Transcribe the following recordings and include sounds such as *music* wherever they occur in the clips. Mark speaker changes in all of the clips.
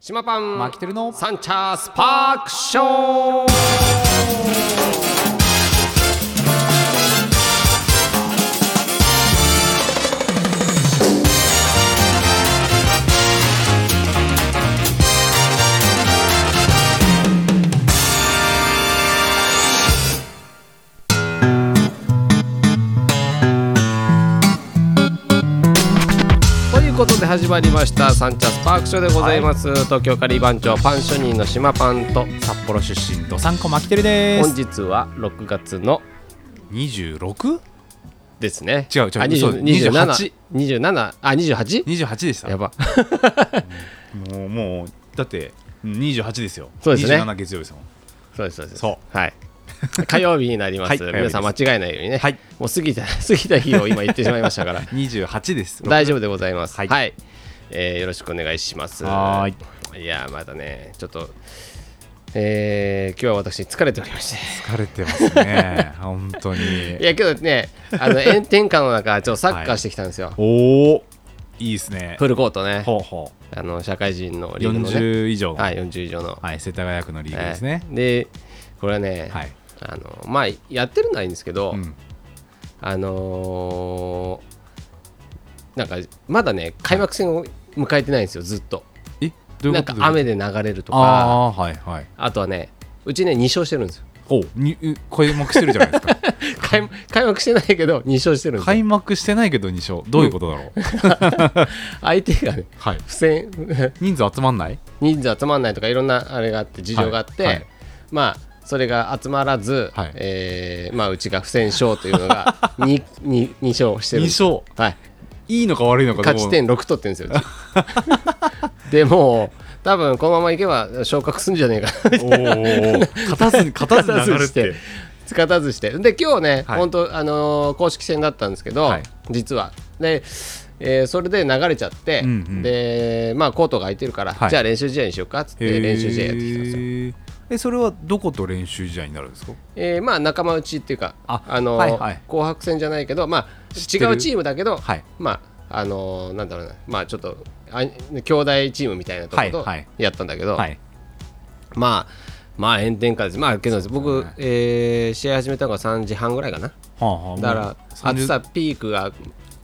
Speaker 1: 島パン
Speaker 2: マキテルの
Speaker 1: サンチャースパークショーということで始まりましたサンチャースパークショーでございます、東京カリー番長パン主任の島パンと
Speaker 2: 札幌出身ドサンコマキテルで
Speaker 1: 本
Speaker 2: す
Speaker 1: 日は6月の
Speaker 2: 26?28
Speaker 1: ですね
Speaker 2: 違う違う
Speaker 1: あ
Speaker 2: 嘘
Speaker 1: 20 27 27あ 28?
Speaker 2: でした
Speaker 1: やば
Speaker 2: もうもうだってうん28ですよ
Speaker 1: そうですね
Speaker 2: 27月曜日ですもん
Speaker 1: そうですそうです
Speaker 2: そ
Speaker 1: はい火曜日になります、
Speaker 2: はい火曜日
Speaker 1: 皆さん間
Speaker 2: で
Speaker 1: 違えないようにね、
Speaker 2: はい
Speaker 1: もう過ぎた *laughs* 過ぎた日を今言ってしまいましたから
Speaker 2: 28です
Speaker 1: *laughs* 大丈夫でございますは、
Speaker 2: はいい
Speaker 1: えーよろしくお願いします
Speaker 2: はー
Speaker 1: いやーまだねちょっとえー今日は私疲れておりまして
Speaker 2: *laughs*
Speaker 1: *laughs*
Speaker 2: 疲れてます *laughs* ね本当に
Speaker 1: いやけどねあの炎 *laughs* 天下の中ちょっとサッカーしてきたんですよ、
Speaker 2: おおいいですね
Speaker 1: フルコートね
Speaker 2: ほうほ
Speaker 1: あの社会人の
Speaker 2: う
Speaker 1: リーグのね
Speaker 2: 40以上の
Speaker 1: はい、40以上の、
Speaker 2: はい世田谷区のリーグ
Speaker 1: え
Speaker 2: ですね
Speaker 1: ーでこれはね、
Speaker 2: はい
Speaker 1: あのまあやってるのはいいんですけど、
Speaker 2: うん
Speaker 1: あのーなんかまだね開幕戦を迎えてないんですよずっと
Speaker 2: えどうい
Speaker 1: な
Speaker 2: うんこ
Speaker 1: か
Speaker 2: と
Speaker 1: 雨で流れるとかあ
Speaker 2: ああーはいはい
Speaker 1: とはねうちね2勝してるんですよ
Speaker 2: ほうにう開幕してるじゃないですか
Speaker 1: 開開幕してないけど2勝
Speaker 2: *laughs*
Speaker 1: してるんですよ
Speaker 2: 開幕してないけど2勝どういうことだろう
Speaker 1: 相手がね
Speaker 2: はい
Speaker 1: 不戦
Speaker 2: 人数集まんない
Speaker 1: *laughs* 人数集まんないとかいろんなあれがあって事情があって、
Speaker 2: はいはい
Speaker 1: まあそれが集まらず、
Speaker 2: はい
Speaker 1: えーまあ、うちが不戦勝というのが
Speaker 2: *laughs*
Speaker 1: 2, 2, 勝してるんです
Speaker 2: 2勝
Speaker 1: はい、
Speaker 2: いいのか悪いのか
Speaker 1: 勝ち点6取ってるんですよ
Speaker 2: *laughs*
Speaker 1: うちでもう多分このままいけば昇格するんじゃねえかな
Speaker 2: おお勝た
Speaker 1: *laughs*
Speaker 2: ずに勝たずに上がるって
Speaker 1: 勝たずしてで今日ね、
Speaker 2: はい
Speaker 1: 本当あのー公式戦だったんですけど、
Speaker 2: はい
Speaker 1: 実はで、えーそれで流れちゃって、
Speaker 2: うんうん
Speaker 1: でまあコートが空いてるから、
Speaker 2: はい
Speaker 1: じゃあ練習試合にしようかっつって練習試合やってきたんですよ
Speaker 2: へーえそれはどこと練習試合になるんですか
Speaker 1: えーまあ仲間内っていうかあ
Speaker 2: あ
Speaker 1: の、
Speaker 2: はいはい
Speaker 1: 紅白戦じゃないけど、まあ、
Speaker 2: 知
Speaker 1: 違
Speaker 2: ってる
Speaker 1: うチームだけど、
Speaker 2: はい
Speaker 1: まああのーなんだろうなまあちょっとあ兄弟チームみたいなところと
Speaker 2: はいはい
Speaker 1: やったんだけど、
Speaker 2: はい
Speaker 1: まあまあ炎天下ですまあけど僕、
Speaker 2: そうです
Speaker 1: えー試合始めたのが3時半ぐらいかな
Speaker 2: はあはあ
Speaker 1: だか
Speaker 2: も
Speaker 1: ら
Speaker 2: う30
Speaker 1: 暑さピークが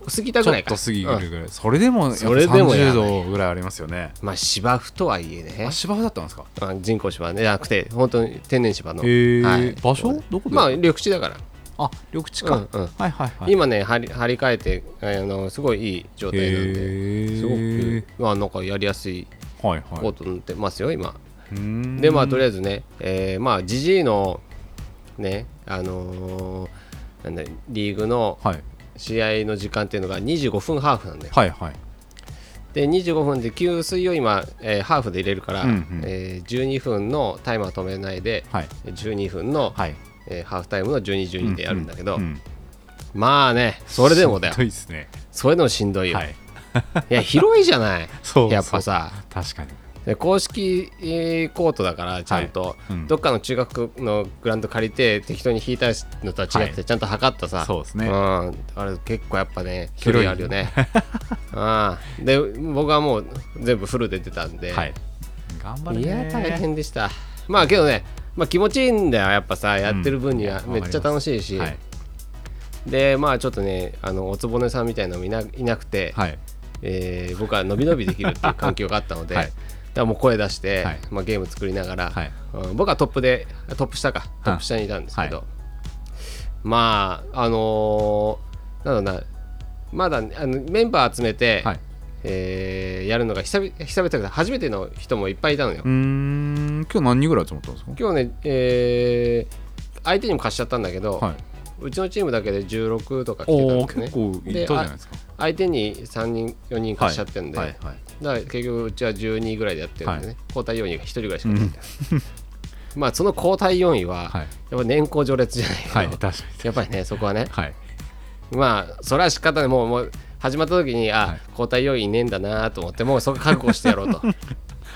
Speaker 1: 過ぎた
Speaker 2: ち
Speaker 1: ぐ
Speaker 2: ょ
Speaker 1: ら
Speaker 2: っ
Speaker 1: いか
Speaker 2: と過ぎる
Speaker 1: うん
Speaker 2: ぐらい、それでもやっぱ
Speaker 1: それでもや
Speaker 2: 30
Speaker 1: ばい
Speaker 2: 度ぐらいありますよね
Speaker 1: まあ芝生とはいえね
Speaker 2: あ芝生だったんですか
Speaker 1: あ人工芝じゃなくて本当に天然芝の、
Speaker 2: へー
Speaker 1: はい
Speaker 2: 場所どこですか
Speaker 1: まあ緑地だから
Speaker 2: あ緑地か、
Speaker 1: うんうん
Speaker 2: はいはいはい
Speaker 1: 今ね張り張り替えてあのすごいいい状態なんで
Speaker 2: へー
Speaker 1: すごく、まあ、なんかやりやすい
Speaker 2: はい
Speaker 1: コー
Speaker 2: は
Speaker 1: トになってますよ今
Speaker 2: いうん
Speaker 1: でまあとりあえずね、えーまあジジイのねあのーなんだリーグの
Speaker 2: はい
Speaker 1: 試合の時間っていうのが25分ハーフなんだよ
Speaker 2: はいはい
Speaker 1: で25分で給水を今、えーハーフで入れるから、
Speaker 2: うんうん
Speaker 1: えー12分のタイマー止めないで
Speaker 2: はい
Speaker 1: 12分の、
Speaker 2: はい
Speaker 1: えーハーフタイムの1212でやるんだけど、
Speaker 2: ううん
Speaker 1: まあねそれでもだよ
Speaker 2: しんどいですね
Speaker 1: それでもしんどいよ、、
Speaker 2: はいい
Speaker 1: や広いじゃない
Speaker 2: *laughs* そう
Speaker 1: やっぱさ
Speaker 2: 確かに
Speaker 1: で公式えーコートだからちゃんと、
Speaker 2: うん
Speaker 1: どっかの中学のグラウンド借りて適当に引いたのとは違って、
Speaker 2: はい
Speaker 1: ちゃんと測ったさ
Speaker 2: そうですね
Speaker 1: ん、あれ結構やっぱね距
Speaker 2: 広い
Speaker 1: 離あるよねうんで僕はもう全部フルで出たんで、
Speaker 2: はい頑張る
Speaker 1: い
Speaker 2: ね
Speaker 1: や大変でしたまあけどね、まあ、気持ちいいんだよやっぱさやってる分には
Speaker 2: うん
Speaker 1: めっちゃ楽しいし、
Speaker 2: はい
Speaker 1: でまあちょっとねあのおつぼねさんみたいなのもいないなくて、
Speaker 2: はい
Speaker 1: えー僕はのびのびできるっていう環境があったので、
Speaker 2: はい
Speaker 1: だからもう声出して、
Speaker 2: はい
Speaker 1: まあ、ゲーム作りながら、
Speaker 2: はい
Speaker 1: うん僕はトップでトップ下かトップ下にいたんですけど、まああのーなんだろうなまだあのメンバー集めて、
Speaker 2: はい
Speaker 1: えーやるのが久々久々だけど初めての人もいっぱいいたのよ
Speaker 2: うー。ん今日何人ぐらい集まったんですか
Speaker 1: 今日ね、えー相手にも貸しちゃったんだけど、
Speaker 2: はいう
Speaker 1: ちのチームだけで16とか来てたん
Speaker 2: おお
Speaker 1: ですね
Speaker 2: 結構いったじゃないですか
Speaker 1: あ相手に3人4人貸しちゃってるんで、
Speaker 2: はいはい
Speaker 1: だから結局うちは12位ぐらいでやってるんでね、
Speaker 2: は
Speaker 1: 交代4位が1人ぐらいしかいない、
Speaker 2: *laughs*
Speaker 1: まあその交代4位は、
Speaker 2: はい
Speaker 1: やっぱ年功序列じゃないけど、
Speaker 2: はい確かに
Speaker 1: やっぱりねそこはね
Speaker 2: はい
Speaker 1: まあそれは仕方ないもうもう始まった時にあ、
Speaker 2: はい
Speaker 1: 交代4位いねえんだなと思ってもうそこ覚悟してやろうと
Speaker 2: はい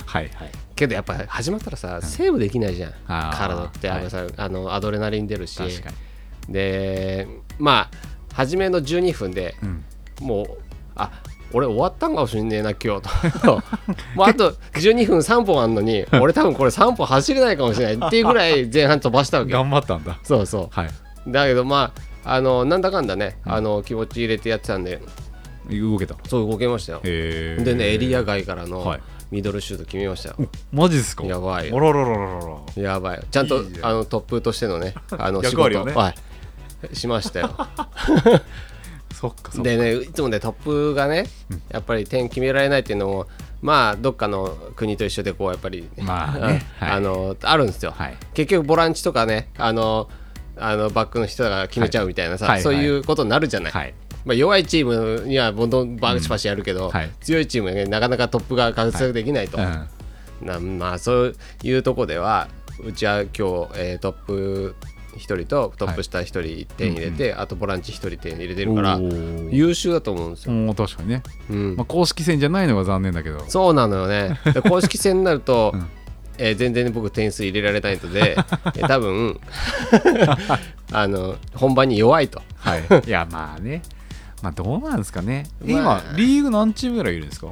Speaker 2: はい
Speaker 1: けどやっぱ始まったらさセーブできないじゃん
Speaker 2: あー
Speaker 1: 体ってあのさ、あのアドレナリン出るし
Speaker 2: 確かに
Speaker 1: でまあ初めの12分で
Speaker 2: うん
Speaker 1: もうあ俺終わったんかもしんねえな今日と *laughs* もうあと12分3本あんのに俺多分これ3本走れないかもしれないっていうぐらい前半飛ばしたわけ
Speaker 2: *laughs*
Speaker 1: よ
Speaker 2: 頑張ったんだ
Speaker 1: そうそ
Speaker 2: はいう
Speaker 1: だけどまああのなんだかんだね、
Speaker 2: うん
Speaker 1: あの気持ち入れてやってたんで
Speaker 2: 動けたへ
Speaker 1: そう動けましたよ
Speaker 2: え
Speaker 1: でねエリア外から
Speaker 2: は
Speaker 1: の
Speaker 2: い
Speaker 1: ミドルシュート決めましたよ、
Speaker 2: マジですか
Speaker 1: やばいよ
Speaker 2: あらららららら
Speaker 1: やばいちゃんと
Speaker 2: いいね
Speaker 1: あの突風としての
Speaker 2: *laughs*
Speaker 1: ねあの仕
Speaker 2: 役割
Speaker 1: 事
Speaker 2: をね
Speaker 1: はいしま
Speaker 2: *laughs*
Speaker 1: したよ
Speaker 2: そっかそっか
Speaker 1: でねいつもねトップがねやっぱり点決められないっていうのもまあどっかの国と一緒でこうやっぱり、
Speaker 2: まあ
Speaker 1: うん *laughs*
Speaker 2: ねはい
Speaker 1: あのあるんですよ、
Speaker 2: はい
Speaker 1: 結局ボランチとかねあのあのバックの人が決めちゃうみたいなさ、
Speaker 2: はい
Speaker 1: そういうことになるじゃない、
Speaker 2: はい
Speaker 1: まあ、弱いチームにはどんどんバシバシやるけど、
Speaker 2: んはい
Speaker 1: 強いチームはねなかなかトップが活躍できないと、
Speaker 2: うん
Speaker 1: なまあそういうとこではうちは今日、えートップ1人とトップ下1人1点入れて、あとボランチ1人点入れてるから
Speaker 2: おー
Speaker 1: 優秀だと思うんですよ。
Speaker 2: もう確かにね、
Speaker 1: うん
Speaker 2: まあ、公式戦じゃないのが残念だけど
Speaker 1: そうなのよね。で公式戦になる *laughs* と、
Speaker 2: うん
Speaker 1: えー全然僕点数入れられないの *laughs* でえ多分 *laughs* あの本番に弱いと。
Speaker 2: *laughs* はい、いやまあねまあどうなんですかね、え
Speaker 1: まあ
Speaker 2: 今リーグ何チームぐらいいるんですかあ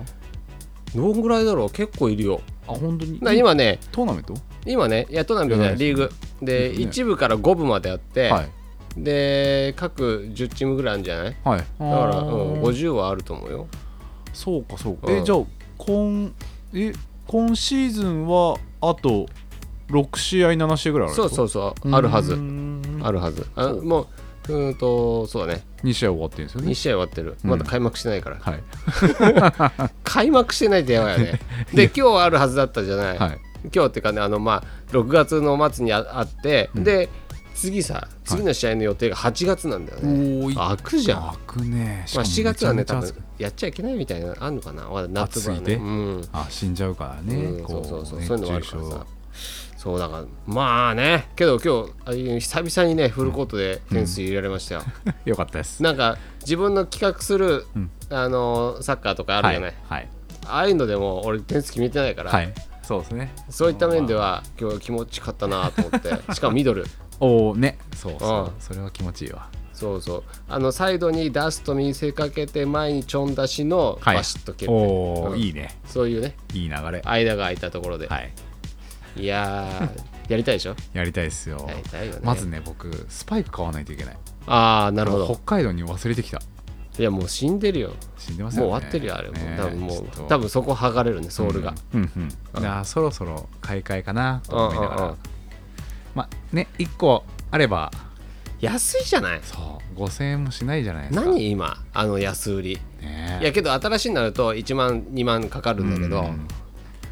Speaker 1: どんぐらいだろう結構いるよ。
Speaker 2: 本当に
Speaker 1: な今ね
Speaker 2: トーナメント、
Speaker 1: 今ねやっとなんだ
Speaker 2: いや
Speaker 1: ね
Speaker 2: ない
Speaker 1: リーグで
Speaker 2: ですね
Speaker 1: 1部から5部まであって、
Speaker 2: はい
Speaker 1: で各10チームぐらいあるんじゃないだ
Speaker 2: はいだ
Speaker 1: から、うん、50はあると思うよ。
Speaker 2: そうかそうか、
Speaker 1: うん
Speaker 2: えじゃあ今え今シーズンはあと6試合7試合ぐらいあるん
Speaker 1: そう
Speaker 2: です
Speaker 1: そ
Speaker 2: か
Speaker 1: うそうあるはずあ
Speaker 2: 2
Speaker 1: るはず。あもううーんとそうだね
Speaker 2: 試合終わってるんですよ
Speaker 1: 2
Speaker 2: ね
Speaker 1: 試合終わってる
Speaker 2: うん
Speaker 1: まだ開幕してないから、
Speaker 2: はい
Speaker 1: 開幕してないってやばいよ
Speaker 2: *laughs*
Speaker 1: ねで今日あるはずだったじゃない、
Speaker 2: はい
Speaker 1: 今日っていうかねあのまあ6月の末にああって、
Speaker 2: うん
Speaker 1: で次さ次の試合の予定が8月なんだよ
Speaker 2: お
Speaker 1: ね、
Speaker 2: ーい
Speaker 1: 開くじゃん、ま
Speaker 2: 開くねし
Speaker 1: あ、
Speaker 2: かも
Speaker 1: 7月はね
Speaker 2: めちゃ
Speaker 1: 多
Speaker 2: めちゃ
Speaker 1: 分やっちゃいけないみたいなのあるのかなまだ夏場は
Speaker 2: 暑
Speaker 1: ね
Speaker 2: いね
Speaker 1: うん
Speaker 2: あ死んじゃうからね、
Speaker 1: うん、
Speaker 2: こ
Speaker 1: そううそうそう、そ
Speaker 2: 熱
Speaker 1: ういうのはあるか
Speaker 2: 中
Speaker 1: らさ
Speaker 2: 症
Speaker 1: そうだからまあねけど今日あ久々にねフルコートで点数入れられましたよ、
Speaker 2: よかったです
Speaker 1: なんか自分の企画する、
Speaker 2: うん
Speaker 1: あのサッカーとかあるじゃない、
Speaker 2: はい
Speaker 1: ああいうのでも俺点数決めてないから、
Speaker 2: はい、はい、そうですね
Speaker 1: そういった面では今日気持ちよかったなと思
Speaker 2: *laughs*
Speaker 1: ってしかもミドル
Speaker 2: おおねそうそう、
Speaker 1: うん
Speaker 2: それは気持ちいいわ
Speaker 1: そうそうあのサイドに出すと見せかけて前にちょん出しの
Speaker 2: はい
Speaker 1: バシッと蹴る、
Speaker 2: おお、
Speaker 1: うん
Speaker 2: いいね
Speaker 1: そういうね
Speaker 2: いい流れ
Speaker 1: 間が空いたところで、
Speaker 2: はい
Speaker 1: い、やーやりたいでしょ
Speaker 2: やりたいですよ、
Speaker 1: やりたいよね
Speaker 2: まずね僕スパイク買わないといけない
Speaker 1: ああなるほど
Speaker 2: 北海道に忘れてきた
Speaker 1: いやもう死んでるよ
Speaker 2: 死んでます
Speaker 1: も
Speaker 2: よ
Speaker 1: う
Speaker 2: ね
Speaker 1: 終わってるよあれもう、
Speaker 2: ね
Speaker 1: 多分もう
Speaker 2: ちょっと
Speaker 1: 多分そこ剥がれるねソールが、
Speaker 2: うんうん、うんじゃあそろそろ買い替えかなと思いな
Speaker 1: う
Speaker 2: がら、
Speaker 1: んうんうん
Speaker 2: まあね1個あれば
Speaker 1: 安いじゃない
Speaker 2: そう5000円もしないじゃないですか
Speaker 1: 何今あの安売り
Speaker 2: ね
Speaker 1: いやけど新しいになると1万2万かかるんだけど、
Speaker 2: うん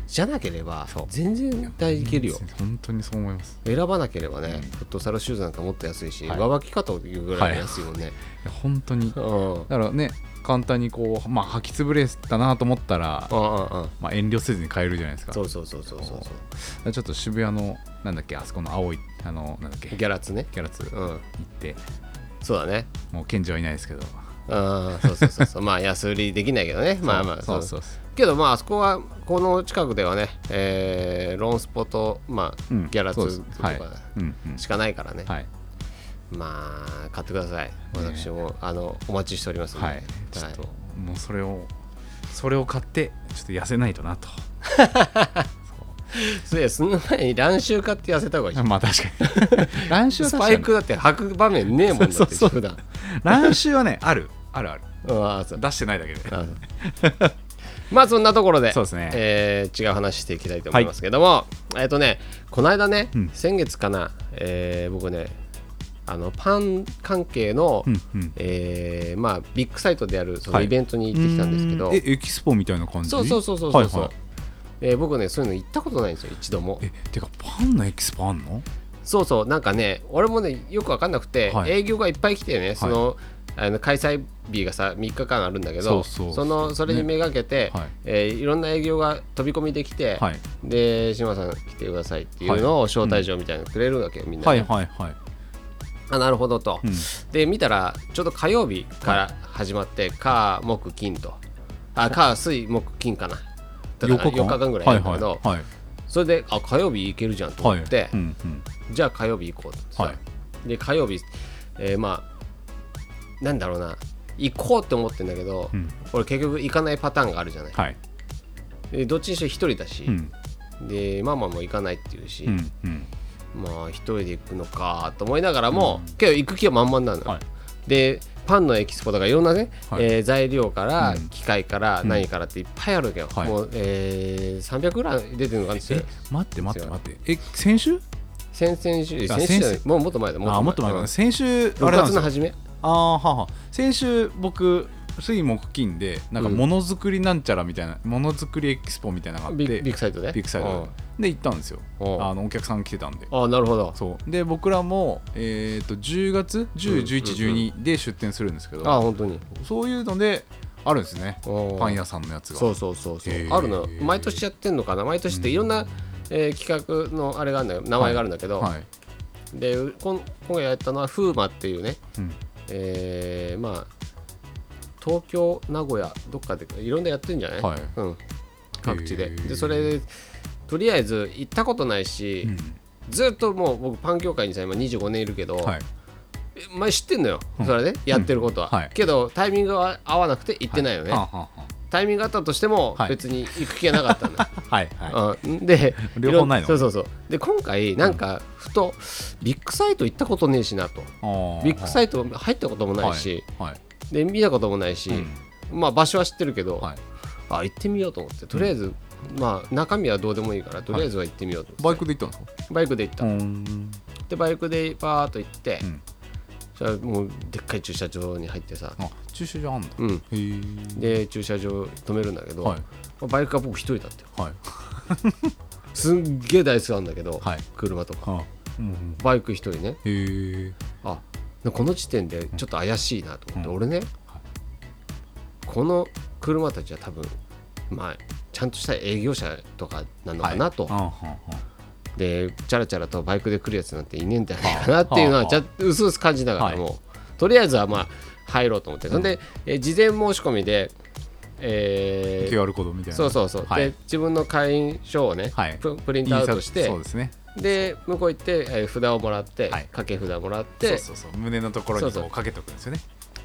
Speaker 1: じゃなければ
Speaker 2: そう
Speaker 1: 全然大いけるよ
Speaker 2: 本当にそう思います
Speaker 1: 選ばなければね、フットサルシューズなんかもっと安いし、
Speaker 2: はい
Speaker 1: 上履きかというぐらい安いもんね、
Speaker 2: いや本当に
Speaker 1: う
Speaker 2: だ
Speaker 1: んうん
Speaker 2: からね簡単にこうまあ履き潰れたなと思ったら、
Speaker 1: うんうん
Speaker 2: まあ、遠慮せずに買えるじゃないですか
Speaker 1: そうそうそうそうそうそ
Speaker 2: ちょっと渋谷のなんだっけあそこの青いあのなんだっけ
Speaker 1: う
Speaker 2: ギ
Speaker 1: ギャラッツね
Speaker 2: ャラツ行
Speaker 1: うん
Speaker 2: って
Speaker 1: そうだね
Speaker 2: もうケンジはいないですけど
Speaker 1: うんそうそう
Speaker 2: *laughs*
Speaker 1: そうそうまあ安売りできないけどねまあまあ
Speaker 2: そうそうそう
Speaker 1: けどまああそこはこの近くではね、えーロンスポと、まあ
Speaker 2: うん
Speaker 1: ギャラ
Speaker 2: そう
Speaker 1: ツ
Speaker 2: です
Speaker 1: と
Speaker 2: はい
Speaker 1: か
Speaker 2: うんうん
Speaker 1: しかないからね、
Speaker 2: はい
Speaker 1: まあ買ってください私も、あのお待ちしておりますので
Speaker 2: はいちょっともうそれをそれを買ってちょっと痩せないとなと
Speaker 1: それその前に乱臭買って痩せた方がいい
Speaker 2: *laughs* まあ確
Speaker 1: *laughs*
Speaker 2: かに乱臭は
Speaker 1: ス
Speaker 2: 確か
Speaker 1: パ
Speaker 2: に
Speaker 1: イクだって履く場面ねえもんだって
Speaker 2: そうそう
Speaker 1: 普段
Speaker 2: 乱臭はねあるあるある
Speaker 1: うんあそう
Speaker 2: 出してない
Speaker 1: *laughs*
Speaker 2: だけで
Speaker 1: あそうまあそんなところで
Speaker 2: そうですね
Speaker 1: えー違う話していきたいと思いますけども、えっ、とねこの間ね、
Speaker 2: うん
Speaker 1: 先月かな、えー僕ねあのパン関係の、
Speaker 2: うんうん
Speaker 1: えーまあ、ビッグサイトでやるその
Speaker 2: はい
Speaker 1: イベントに行ってきたんですけど、
Speaker 2: うーんえエキスポみたいな感じ
Speaker 1: そうそうそうそうそう、
Speaker 2: はいはい
Speaker 1: えー僕ねそういうの行ったことないんですよ一度も
Speaker 2: えてかパンのエキスポあんの
Speaker 1: そうそうなんかね俺もねよく分かんなくて、
Speaker 2: はい
Speaker 1: 営業がいっぱい来てねその,、あの開催日がさ3日間あるんだけど
Speaker 2: そうそう
Speaker 1: のそれにめがけて、
Speaker 2: ねはい
Speaker 1: えーいろんな営業が飛び込みできて、
Speaker 2: はい
Speaker 1: で志麻さん来てくださいっていうのを招待状みたいなのくれるわけよ、みんな
Speaker 2: は
Speaker 1: ね、
Speaker 2: いはいはい
Speaker 1: あなるほどと、
Speaker 2: うん
Speaker 1: で見たらちょうど火曜日から始まって火木金とあ火水木金かなだから4日間ぐらいやるんだけど、
Speaker 2: はいはいはい
Speaker 1: それであ火曜日行けるじゃんと
Speaker 2: はい
Speaker 1: 思って、
Speaker 2: うんうん
Speaker 1: じゃあ火曜日行こうと思ってさ、
Speaker 2: は
Speaker 1: で火曜日、えーまあなんだろうな行こうって思ってんだけど、
Speaker 2: うん
Speaker 1: 俺結局行かないパターンがあるじゃない、
Speaker 2: はい
Speaker 1: でどっちにしろ一人だし、
Speaker 2: うん
Speaker 1: でママも行かないっていうし、
Speaker 2: うんうん
Speaker 1: まあ一人で行くのかと思いながらも、けど行く気は満々なのよ、
Speaker 2: はい
Speaker 1: でパンのエキスポとかいろんなね、
Speaker 2: はい
Speaker 1: えー材料から
Speaker 2: うん
Speaker 1: 機械から何からっていっぱいあるわけよ、
Speaker 2: はい
Speaker 1: もう、えー、300ぐらい出てるのかな
Speaker 2: え待って待って待ってえ先週
Speaker 1: 先々週先週
Speaker 2: あ
Speaker 1: じゃない
Speaker 2: 先
Speaker 1: もうもっと前だも
Speaker 2: あもっと前か
Speaker 1: う
Speaker 2: なん先週あ
Speaker 1: 6
Speaker 2: れなん
Speaker 1: 月
Speaker 2: です
Speaker 1: の
Speaker 2: よ
Speaker 1: 初め
Speaker 2: ああはあはあ先週僕水木金でなんか
Speaker 1: うん
Speaker 2: ものづくりなんちゃらみたいなものづくりエキスポみたいなのがあって
Speaker 1: ビッビッグサイトで
Speaker 2: ビッグサイトで行ったんですよ
Speaker 1: うんうん
Speaker 2: あのお客さん来てたんで
Speaker 1: あなるほど
Speaker 2: そうで僕らも、えー、と10月
Speaker 1: うん
Speaker 2: 101112で出店するんですけど、
Speaker 1: あ本当に
Speaker 2: そういうのであるんですね
Speaker 1: うん
Speaker 2: パン屋さんのやつが
Speaker 1: そうそうそうそう、
Speaker 2: へー
Speaker 1: あるの毎年やってんのかな毎年っていろんな、えー企画のあれがあるんだよ名前があるんだけど、
Speaker 2: はい、
Speaker 1: でうこん今回やったのは風魔っていうね、
Speaker 2: うん
Speaker 1: えーまあ東京名古屋どっかでいろんなやってんじゃない、
Speaker 2: はい
Speaker 1: うん、各地
Speaker 2: へ
Speaker 1: で
Speaker 2: ー
Speaker 1: でそれとりあえず行ったことないし、
Speaker 2: うん
Speaker 1: ずっともう僕パン業界にさ今25年いるけど、
Speaker 2: はい、
Speaker 1: 前知ってんのよ、
Speaker 2: うん
Speaker 1: それでやってることは、
Speaker 2: うんはい
Speaker 1: けどタイミングが合わなくて行ってないよね、
Speaker 2: はあはあは
Speaker 1: タイミングがあったとしても
Speaker 2: はい
Speaker 1: 別に行く気がなかったんだよ、
Speaker 2: あ *laughs* はいはい
Speaker 1: うんで
Speaker 2: 両方ないの
Speaker 1: そうそうそうで今回なんかふとビッグサイト行ったことねえしなとビッグサ
Speaker 2: イ
Speaker 1: イト入ったこともないし、
Speaker 2: はい
Speaker 1: で見たこともないし、
Speaker 2: うん
Speaker 1: まあ場所は知ってるけど、
Speaker 2: はい
Speaker 1: あ行ってみようと思ってとりあえず、まあ中身はどうでもいいからとりあえずは行ってみようと
Speaker 2: バ
Speaker 1: 思
Speaker 2: イ
Speaker 1: って、
Speaker 2: クで行ったんです
Speaker 1: バイクで行った、
Speaker 2: かうん
Speaker 1: でバイクでバーっと行って、
Speaker 2: うん
Speaker 1: そしたらもうでっかい駐車場に入ってさ、
Speaker 2: あ駐車場あんだ
Speaker 1: うん、
Speaker 2: へえ
Speaker 1: で駐車場止めるんだけど、
Speaker 2: はい
Speaker 1: まあバイクが僕一人だったよ
Speaker 2: はい
Speaker 1: すんげえ台数あるんだけど、
Speaker 2: はい
Speaker 1: 車とか
Speaker 2: あうん
Speaker 1: バイク一人ね
Speaker 2: へえ
Speaker 1: あこの時点でちょっと怪しいなと思って、
Speaker 2: うん
Speaker 1: 俺ね、
Speaker 2: はい
Speaker 1: この車たちは多分まあちゃんとした営業者とかなのかなと、
Speaker 2: あはは
Speaker 1: でチャラチャラとバイクで来るやつなんていねえんじゃないかなっていうの
Speaker 2: は
Speaker 1: は
Speaker 2: あ
Speaker 1: ちゃうすうす感じながら、
Speaker 2: はい
Speaker 1: もうとりあえずはまあ入ろうと思って、そんで、えー事前申し込みで、えー
Speaker 2: QR コードみたいな
Speaker 1: そうそうそう、
Speaker 2: はい
Speaker 1: で自分の会員証をね、
Speaker 2: はい
Speaker 1: ププリン
Speaker 2: 印
Speaker 1: トアウ
Speaker 2: 刷
Speaker 1: トして
Speaker 2: そうですね
Speaker 1: で向こう行って、えー札をもらって、
Speaker 2: はい
Speaker 1: 掛け札もらって
Speaker 2: そうそうそう胸のところ
Speaker 1: そ
Speaker 2: に
Speaker 1: うそう
Speaker 2: こうかけとくんですよね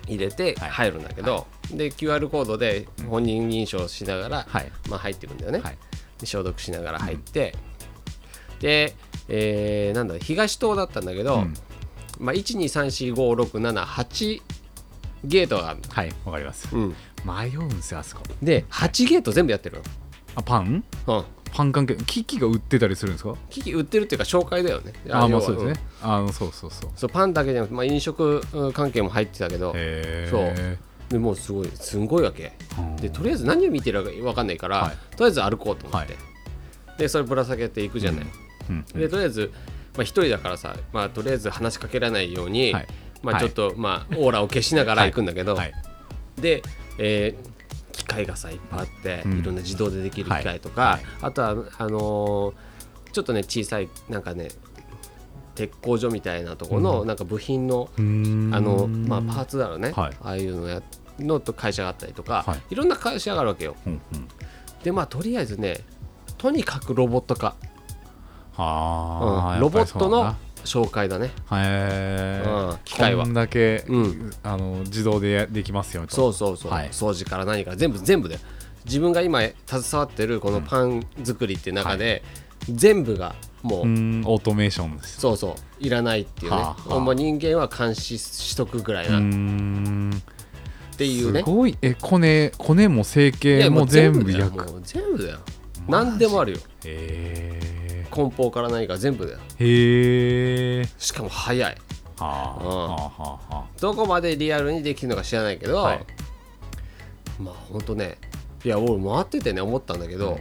Speaker 1: 入れて
Speaker 2: はい
Speaker 1: 入るんだけど、で QR コードで本人認証しながら、
Speaker 2: はい
Speaker 1: まあ、入ってくんだよね、
Speaker 2: はい
Speaker 1: で消毒しながら入って、で、えーなんだ東棟だったんだけど、
Speaker 2: うん
Speaker 1: まあ、1234567ゲートがあるの、
Speaker 2: はいわかります
Speaker 1: うん、
Speaker 2: 迷うんですよあそこ
Speaker 1: で8ゲート全部やってる
Speaker 2: あパン
Speaker 1: の、うん、
Speaker 2: パン関係機器が売ってたりするんですか
Speaker 1: 機器売ってるっていうか紹介だよね
Speaker 2: あ
Speaker 1: 要
Speaker 2: ま
Speaker 1: は
Speaker 2: あそうです
Speaker 1: ん
Speaker 2: ねあのそうそうそう
Speaker 1: そうパンだけじゃなくて、まあ、飲食うん関係も入ってたけど
Speaker 2: へえ
Speaker 1: でもうすごいすんごいわけ
Speaker 2: うん
Speaker 1: でとりあえず何を見てるか分かんないから、
Speaker 2: はい
Speaker 1: とりあえず歩こうと思って、
Speaker 2: は
Speaker 1: でそれぶら下げていくじゃない、
Speaker 2: うん
Speaker 1: でとりあえず、まあ、一人だからさ、まあ、とりあえず話しかけられないように、
Speaker 2: はい
Speaker 1: まあ、
Speaker 2: は
Speaker 1: ち
Speaker 2: い
Speaker 1: ょっと、まあ、オーラを消しながら行くんだけど、
Speaker 2: はい
Speaker 1: で、えー機械がさいっぱいあって、
Speaker 2: うん
Speaker 1: いろんな自動でできる機械とか、
Speaker 2: はいはい
Speaker 1: あとはあのーちょっとね小さいなんかね鉄工所みたいなところの、なんか部品の
Speaker 2: うーん
Speaker 1: あの、まあ、パーツだろうね、
Speaker 2: はい
Speaker 1: ああいうのやのと会社があったりとか、
Speaker 2: はい
Speaker 1: い、ろんな会社があるわけよ
Speaker 2: うんうん
Speaker 1: でまあとりあえずねとにかくロボット化、
Speaker 2: はあ
Speaker 1: うんロボットの紹介だね
Speaker 2: へ
Speaker 1: うん
Speaker 2: え
Speaker 1: 機械は
Speaker 2: こんだけ
Speaker 1: うん
Speaker 2: あの自動でやできますよと
Speaker 1: そうそうそう、
Speaker 2: はい
Speaker 1: 掃除から何から全部全部で自分が今携わってるこのパン作りって中で、全部がもう、
Speaker 2: うーんオートメーションです
Speaker 1: そうそういらないっていうね、
Speaker 2: はあはあ
Speaker 1: もう人間は監視しとくぐらいう
Speaker 2: ー
Speaker 1: なっ
Speaker 2: ん
Speaker 1: ていう
Speaker 2: す
Speaker 1: ね、
Speaker 2: ごいえコネコネも成
Speaker 1: い
Speaker 2: 形
Speaker 1: や
Speaker 2: も全部
Speaker 1: だよ
Speaker 2: 焼く
Speaker 1: もう全部だよ
Speaker 2: マジ
Speaker 1: 何でもあるよ
Speaker 2: へ
Speaker 1: 梱包から何から全部だよ
Speaker 2: えへえ
Speaker 1: しかも早い
Speaker 2: はあ
Speaker 1: うん
Speaker 2: はあはあは
Speaker 1: どこまでリアルにできるのか知らないけど、
Speaker 2: はい
Speaker 1: まあほんとねいや俺回っててね思ったんだけど、
Speaker 2: うん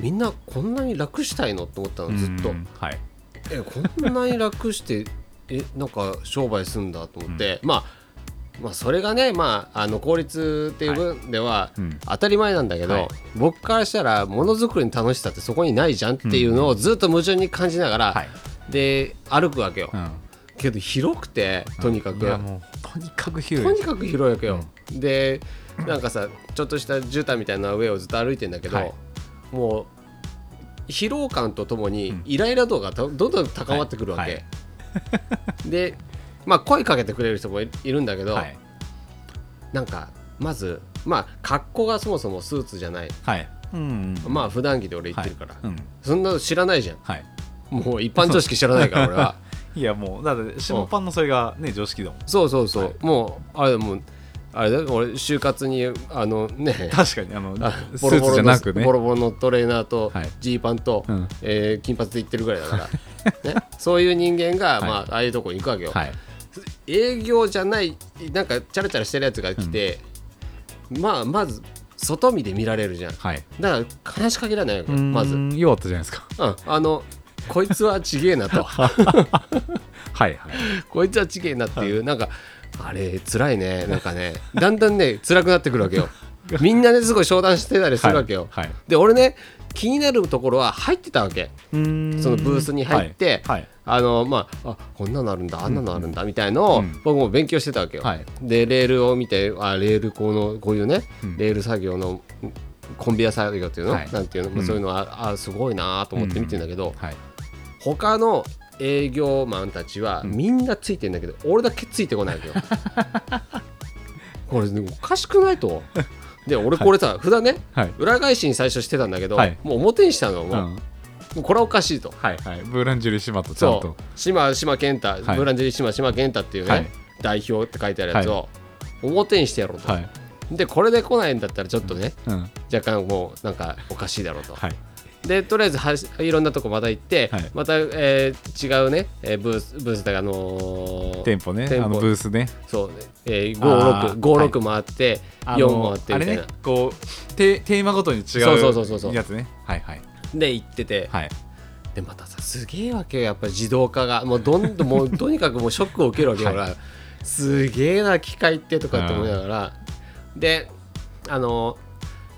Speaker 1: みんなこんなに楽したいのって思った
Speaker 2: あ
Speaker 1: のずっと
Speaker 2: うんはい
Speaker 1: えこんなに楽して *laughs* えなんか商売すんだと思って、まあまあそれがね、まあ、あの効率っていう分では
Speaker 2: うん
Speaker 1: 当たり前なんだけど、
Speaker 2: はい
Speaker 1: 僕からしたらものづくりの楽しさってそこにないじゃんっていうのをずっと矛盾に感じながら、
Speaker 2: はい
Speaker 1: で歩くわけよ、
Speaker 2: うん
Speaker 1: けど広くてとにかく、
Speaker 2: いやもうとにかく広
Speaker 1: と
Speaker 2: い
Speaker 1: にかく広いわけよ、でなんかさちょっとした絨毯みたいな上をずっと歩いてんだけど、
Speaker 2: はい
Speaker 1: もう疲労感とともにイライラ度がたどんどん高まってくるわけ、
Speaker 2: はい
Speaker 1: でまあ声かけてくれる人もいいるんだけど、
Speaker 2: はい
Speaker 1: なんかまずまあ格好がそもそもスーツじゃない、
Speaker 2: はいうんうん
Speaker 1: まあ普段着で俺行ってるから、
Speaker 2: はいうん
Speaker 1: そんなの知らないじゃん
Speaker 2: はい
Speaker 1: もう一般常識知らないから俺
Speaker 2: *laughs*
Speaker 1: は
Speaker 2: いやもうだって下パンのそれがね常識だもん
Speaker 1: そうそうそう、
Speaker 2: はい
Speaker 1: もうあれもうあれだよ俺就活にあのね
Speaker 2: 確かにあの
Speaker 1: *laughs* あ
Speaker 2: スーツじゃなくね
Speaker 1: ボロボロのボロボロのトレーナーと
Speaker 2: はい
Speaker 1: ジーパンと、
Speaker 2: うん
Speaker 1: えー金髪で行ってるぐらいだ
Speaker 2: *laughs*
Speaker 1: から、ね、そういう人間が、まあ、ああいうとこに行くわけよ、
Speaker 2: はい
Speaker 1: 営業じゃないなんかチャラチャラしてるやつが来て、まあまず外見で見られるじゃん
Speaker 2: はい
Speaker 1: だから話しかけられないわけよ
Speaker 2: うん
Speaker 1: まず、うん、
Speaker 2: よかったじゃないですか
Speaker 1: あのこいつはちげえ
Speaker 2: *laughs*
Speaker 1: なと
Speaker 2: はいはい
Speaker 1: こいつはちげえなっていう、なんかあれ辛いねなんかねだんだんね辛くなってくるわけ
Speaker 2: *laughs*
Speaker 1: よみんなねすごい商談してたりするわけよ、
Speaker 2: はいはい
Speaker 1: で俺ね気になるところは入ってたわけ
Speaker 2: そ
Speaker 1: そ
Speaker 2: の
Speaker 1: のブースに入って
Speaker 2: はい
Speaker 1: あのまああこんなのあるんだあんなのあるんだみたいのを
Speaker 2: うん
Speaker 1: 僕も勉強してたわけよ、
Speaker 2: はい
Speaker 1: でレールを見てあレールこうのこういうね、
Speaker 2: うん
Speaker 1: レール作業のんコンビア作業っていうの、
Speaker 2: はい
Speaker 1: なんていうの、ま
Speaker 2: う
Speaker 1: あ
Speaker 2: ん
Speaker 1: そういうのはあすごいなと思って見てんだけど、
Speaker 2: はい
Speaker 1: 他の営業マンたちは
Speaker 2: うん
Speaker 1: みんなついてんだけど、俺だけついてこないわ
Speaker 2: *laughs*
Speaker 1: けよこれ、ね、おかしくないとで俺これさ、普段ね
Speaker 2: はい
Speaker 1: 裏返しに最初してたんだけど、
Speaker 2: はい
Speaker 1: もう表にしたの
Speaker 2: う
Speaker 1: もう、
Speaker 2: ん
Speaker 1: もうこれはおかしいと
Speaker 2: はいはいブーランジュリー島とちゃん
Speaker 1: そ
Speaker 2: と
Speaker 1: う島島健太、
Speaker 2: はい
Speaker 1: ブランジェリー島島健太っていうね、
Speaker 2: はい
Speaker 1: 代表って書いてあるやつを表にしてやろうと、
Speaker 2: はい
Speaker 1: でこれで来ないんだったらちょっとね、
Speaker 2: うん
Speaker 1: 若干もうなんかおかしいだろうと、
Speaker 2: はい
Speaker 1: でとりあえずはいろんなとこまた行って、
Speaker 2: はい
Speaker 1: また、えー違うね、えーブースブースだからあのー
Speaker 2: 店舗ね
Speaker 1: 店
Speaker 2: あ
Speaker 1: 舗
Speaker 2: のブースね
Speaker 1: そうね、えー、
Speaker 2: あー
Speaker 1: 56 56回って、
Speaker 2: あ
Speaker 1: 4
Speaker 2: の
Speaker 1: 回ってみたいな、
Speaker 2: あれねこうテテーマごとに違う
Speaker 1: そうそうそうそう
Speaker 2: やつねはいはい
Speaker 1: で行ってて、
Speaker 2: はい
Speaker 1: でまたさすげえわけよやっぱり自動化がもうどんどん
Speaker 2: *laughs*
Speaker 1: もうとにかくもうショックを受けるわけよ、
Speaker 2: はい
Speaker 1: 俺はすげえな機械ってとかって思いながら、であの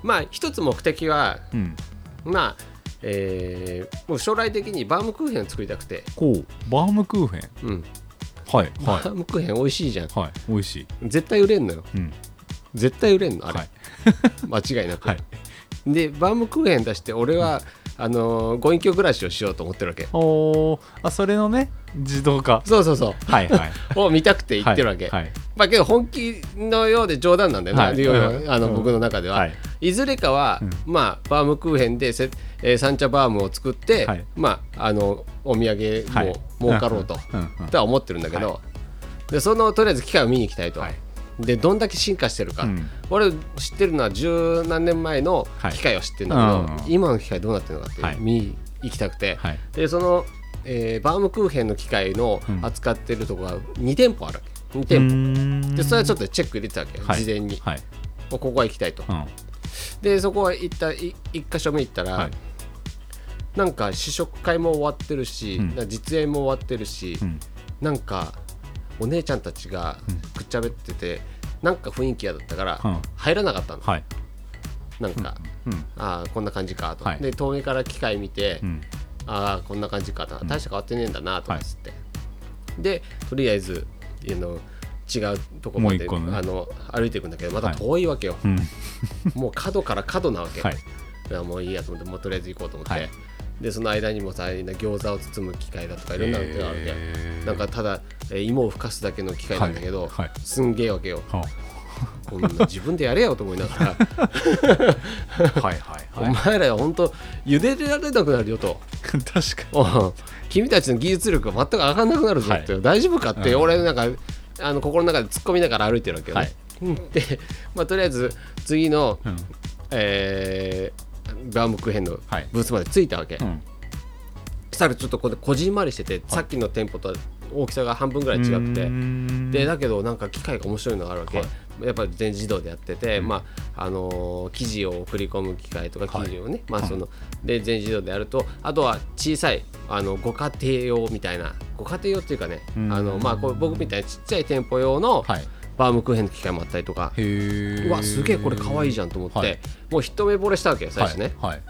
Speaker 1: まあ一つ目的は
Speaker 2: うん
Speaker 1: まあえーもう将来的にバームクーヘンを作りたくて、
Speaker 2: こうバームクーヘン
Speaker 1: うん
Speaker 2: はい
Speaker 1: バ
Speaker 2: は
Speaker 1: ームクーヘン美味しいじゃん
Speaker 2: いはい美味しい
Speaker 1: 絶対売れんのよ
Speaker 2: うん
Speaker 1: 絶対売れんのあれ、
Speaker 2: はい
Speaker 1: 間違いなく、
Speaker 2: はい
Speaker 1: でバームクーヘン出して俺は、あのーご隠居暮らしをしようと思ってるわけ
Speaker 2: おーあそれのね自動化
Speaker 1: そうそうそう
Speaker 2: はいはい *laughs*
Speaker 1: を見たくて行ってるわけ、
Speaker 2: はい
Speaker 1: まあ、けど本気のようで冗談なんだよね、
Speaker 2: はい
Speaker 1: 要は
Speaker 2: うん
Speaker 1: あの
Speaker 2: うん
Speaker 1: 僕の中では、
Speaker 2: はい
Speaker 1: い、ずれかは、
Speaker 2: う
Speaker 1: まあ、バームクーヘンでせ、えー三茶バームを作って、
Speaker 2: はい
Speaker 1: まあ、あのお土産も、
Speaker 2: はい
Speaker 1: 儲かろうと、
Speaker 2: うんうん
Speaker 1: とは思ってるんだけど、でそのとりあえず機械を見に行きたいと、
Speaker 2: はい
Speaker 1: でどんだけ進化してるか、
Speaker 2: うん
Speaker 1: 俺知ってるのは十何年前の
Speaker 2: はい
Speaker 1: 機械を知ってるんだけど、
Speaker 2: うん
Speaker 1: 今の機械どうなってるのかって、
Speaker 2: はい
Speaker 1: 見に行きたくて、
Speaker 2: はい
Speaker 1: でその、えーバウムクーヘンの機械の
Speaker 2: うん
Speaker 1: 扱ってるとこが2店舗ある2
Speaker 2: う
Speaker 1: 店舗、
Speaker 2: ーん
Speaker 1: でそれはちょっとチェック入れてたわけよ、
Speaker 2: はい
Speaker 1: 事前に、
Speaker 2: はい
Speaker 1: もうここは行きたいと、
Speaker 2: うん
Speaker 1: でそこは行ったい一箇所目行ったら、
Speaker 2: はい
Speaker 1: なんか試食会も終わってるし、
Speaker 2: うん
Speaker 1: なんか実演も終わってるし、
Speaker 2: うん
Speaker 1: なんかお姉ちゃんたちが
Speaker 2: うん
Speaker 1: くっちゃべってて、なんか雰囲気嫌だったから、
Speaker 2: うん
Speaker 1: 入らなかったの、
Speaker 2: はい
Speaker 1: なんか、
Speaker 2: うん
Speaker 1: ああこんな感じかと、
Speaker 2: はい
Speaker 1: で遠目から機械見て、
Speaker 2: うん
Speaker 1: ああこんな感じかな
Speaker 2: うん
Speaker 1: 大した変わってねえんだなとかっつって、でとりあえずあの違うとこま
Speaker 2: もう
Speaker 1: で、
Speaker 2: 一個のね
Speaker 1: あの歩いていくんだけどまた
Speaker 2: はい
Speaker 1: 遠いわけよ、
Speaker 2: うん
Speaker 1: *laughs* もう角から角なわけ、
Speaker 2: はい
Speaker 1: いやもういいやと思ってもうとりあえず行こうと思って、
Speaker 2: はい
Speaker 1: でその間にもさ餃子を包む機械だとかいろんなのがあるわけ、
Speaker 2: えー
Speaker 1: なんかただ、えー芋をふかすだけの機械なんだけど、
Speaker 2: はいはい
Speaker 1: すんげえわけ
Speaker 2: *laughs*
Speaker 1: よ
Speaker 2: は
Speaker 1: こんな自分でやれよと思いな
Speaker 2: *laughs*
Speaker 1: がら
Speaker 2: はいはい
Speaker 1: お
Speaker 2: はい
Speaker 1: 前ら本当茹でられなくなるよと
Speaker 2: 確かに
Speaker 1: うん君たちの技術力が全く上がんなくなるぞって、
Speaker 2: はい
Speaker 1: 大丈夫かって、
Speaker 2: うん
Speaker 1: 俺なんかあの心の中で突っ込みながら歩いてるわけよ、ね
Speaker 2: はい
Speaker 1: うん *laughs* で、まあ、とりあえず次の、
Speaker 2: うん
Speaker 1: えーバームクーヘンの
Speaker 2: はい
Speaker 1: ブースまで着いたわけ、
Speaker 2: うん
Speaker 1: したらちょっとここでこじんまりしてて、さっきの店舗と大きさが半分ぐらい違くて、でだけどなんか機械が面白いのがあるわけ、
Speaker 2: はい
Speaker 1: やっぱり全自動でやってて、まああのー生地を送り込む機械とか
Speaker 2: はい
Speaker 1: 生地をね、まあそので全自動でやるとあとは小さいあのご家庭用みたいなご家庭用っていうかねあ
Speaker 2: うん
Speaker 1: の、まあ、こう僕みたいなちっちゃい店舗用の
Speaker 2: はい
Speaker 1: バームクーヘンの機械もあったりとか、
Speaker 2: へえ
Speaker 1: うわすげえこれ可愛いじゃんと思って、
Speaker 2: はい
Speaker 1: もう一目惚れしたわけよ最初ね、
Speaker 2: はいはい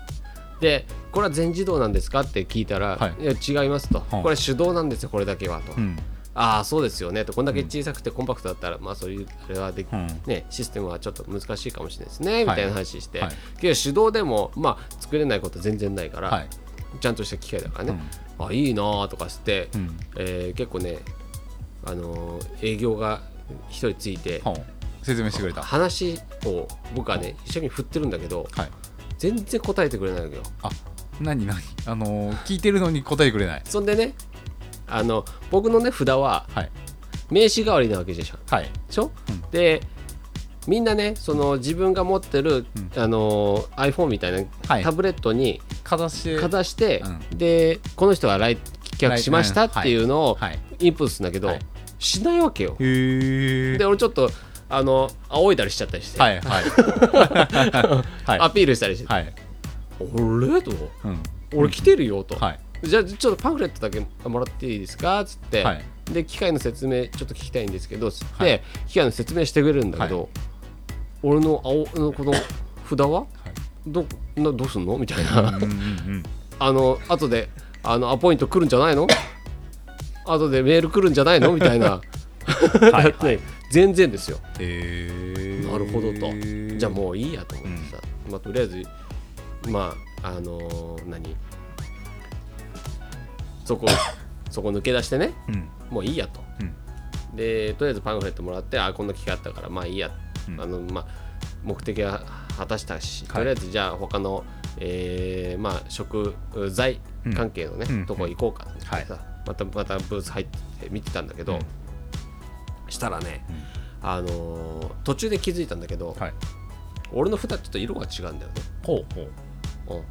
Speaker 1: でこれは全自動なんですかって聞いたら、
Speaker 2: はい
Speaker 1: い、や違いますと、
Speaker 2: はい
Speaker 1: これ手動なんですよこれだけはと。
Speaker 2: うん
Speaker 1: ああそうですよねとこんだけ小さくてコンパクトだったら、まあそういうあれはでき、
Speaker 2: うん
Speaker 1: ねシステムはちょっと難しいかもしれないですねみたいな話して、
Speaker 2: はい
Speaker 1: けど手動でもまあ作れないこと全然ないから、
Speaker 2: はい
Speaker 1: ちゃんとした機械だからね、あいいなーとかして、
Speaker 2: うん
Speaker 1: えー結構ねあのー営業が一人ついて
Speaker 2: はん説明してくれたは
Speaker 1: 話を僕はね一緒に振ってるんだけど
Speaker 2: い
Speaker 1: 全然答えてくれないわけよ
Speaker 2: 何何あのー聞いてるのに答えてくれない
Speaker 1: そんでねあの僕のね札は
Speaker 2: はい
Speaker 1: 名刺代わりなわけじゃん
Speaker 2: はい
Speaker 1: でしょ、
Speaker 2: うん
Speaker 1: でみんなねその自分が持ってる、
Speaker 2: うん
Speaker 1: あの iPhone みたい
Speaker 2: は
Speaker 1: ないタブレットに
Speaker 2: かざして
Speaker 1: かざして、
Speaker 2: う
Speaker 1: でこの人は来客しましたっ
Speaker 2: 来はい
Speaker 1: ていうのを
Speaker 2: はい
Speaker 1: インプットするんだけど、
Speaker 2: はい
Speaker 1: しないわけよ。
Speaker 2: へえ
Speaker 1: で俺ちょっとあの仰いだりしちゃったりして、 *laughs*
Speaker 2: はいはいはい
Speaker 1: アピールしたりして「
Speaker 2: はい
Speaker 1: 俺?」と
Speaker 2: うん
Speaker 1: 「俺来てるよ」と
Speaker 2: はい
Speaker 1: じゃあちょっとパンフレットだけもらっていいですか?」っつって、
Speaker 2: はい
Speaker 1: で機械の説明ちょっと聞きたいんですけどつって、
Speaker 2: はい
Speaker 1: 機械の説明してくれるんだけど、俺の青のこの札はどなどうすんのみたいな
Speaker 2: うんうんうん
Speaker 1: あの後であのアポイント来るんじゃないの後でメール来るんじゃないのみたいな
Speaker 2: は
Speaker 1: *laughs*
Speaker 2: い
Speaker 1: だって全然ですよ
Speaker 2: へえ
Speaker 1: なるほどとじゃあもういいやと思ってさ、まあ、とりあえずまああのー何そ
Speaker 2: *coughs*
Speaker 1: こそこ抜け出してね
Speaker 2: うん
Speaker 1: もういいやと
Speaker 2: うん
Speaker 1: でとりあえずパンフレットもらってあこんな機会あったからまあいいや、
Speaker 2: うん
Speaker 1: あのまあ、目的は果たしたし、
Speaker 2: はい
Speaker 1: とりあえずじゃあ他の、えーまあ、食材関係のね、
Speaker 2: うん
Speaker 1: とこ行こうかと思って
Speaker 2: はい
Speaker 1: さ、またまたブース入って見てたんだけど、
Speaker 2: うん
Speaker 1: したらね、あのー途中で気づいたんだけど、
Speaker 2: はい
Speaker 1: 俺の札ちょっと色が違うんだよね、
Speaker 2: ほうほう
Speaker 1: う
Speaker 2: *coughs*
Speaker 1: ん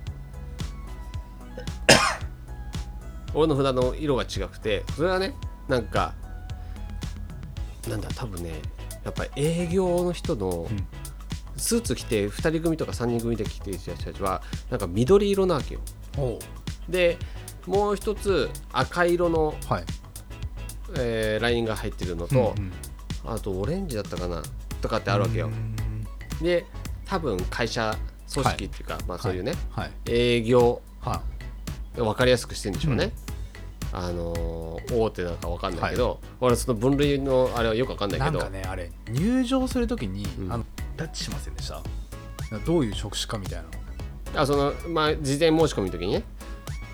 Speaker 1: 俺の札の色が違くてそれはねなんかなんだ多分ねやっぱり営業の人の
Speaker 2: うん
Speaker 1: スーツ着て2人組とか3人組で着てる人たちはなんか緑色なわけよ
Speaker 2: ほ
Speaker 1: でもう一つ赤色の、
Speaker 2: うはい
Speaker 1: えーラインが入ってるのと、
Speaker 2: うんうん
Speaker 1: あとオレンジだったかなとかってあるわけよ、
Speaker 2: うん
Speaker 1: で多分会社組織っていうか、まあそういうね、
Speaker 2: はい
Speaker 1: 営業
Speaker 2: は
Speaker 1: 分かりやすくしてるんでしょうね、あのー大手なんか分かんないけど、俺その分類のあれはよく分かんないいけ
Speaker 2: なん
Speaker 1: ど
Speaker 2: かねあれ入場するときに
Speaker 1: うん
Speaker 2: あのタッチしませんでしたなどういう職種かみたいな
Speaker 1: あそのまあ事前申し込みの時にね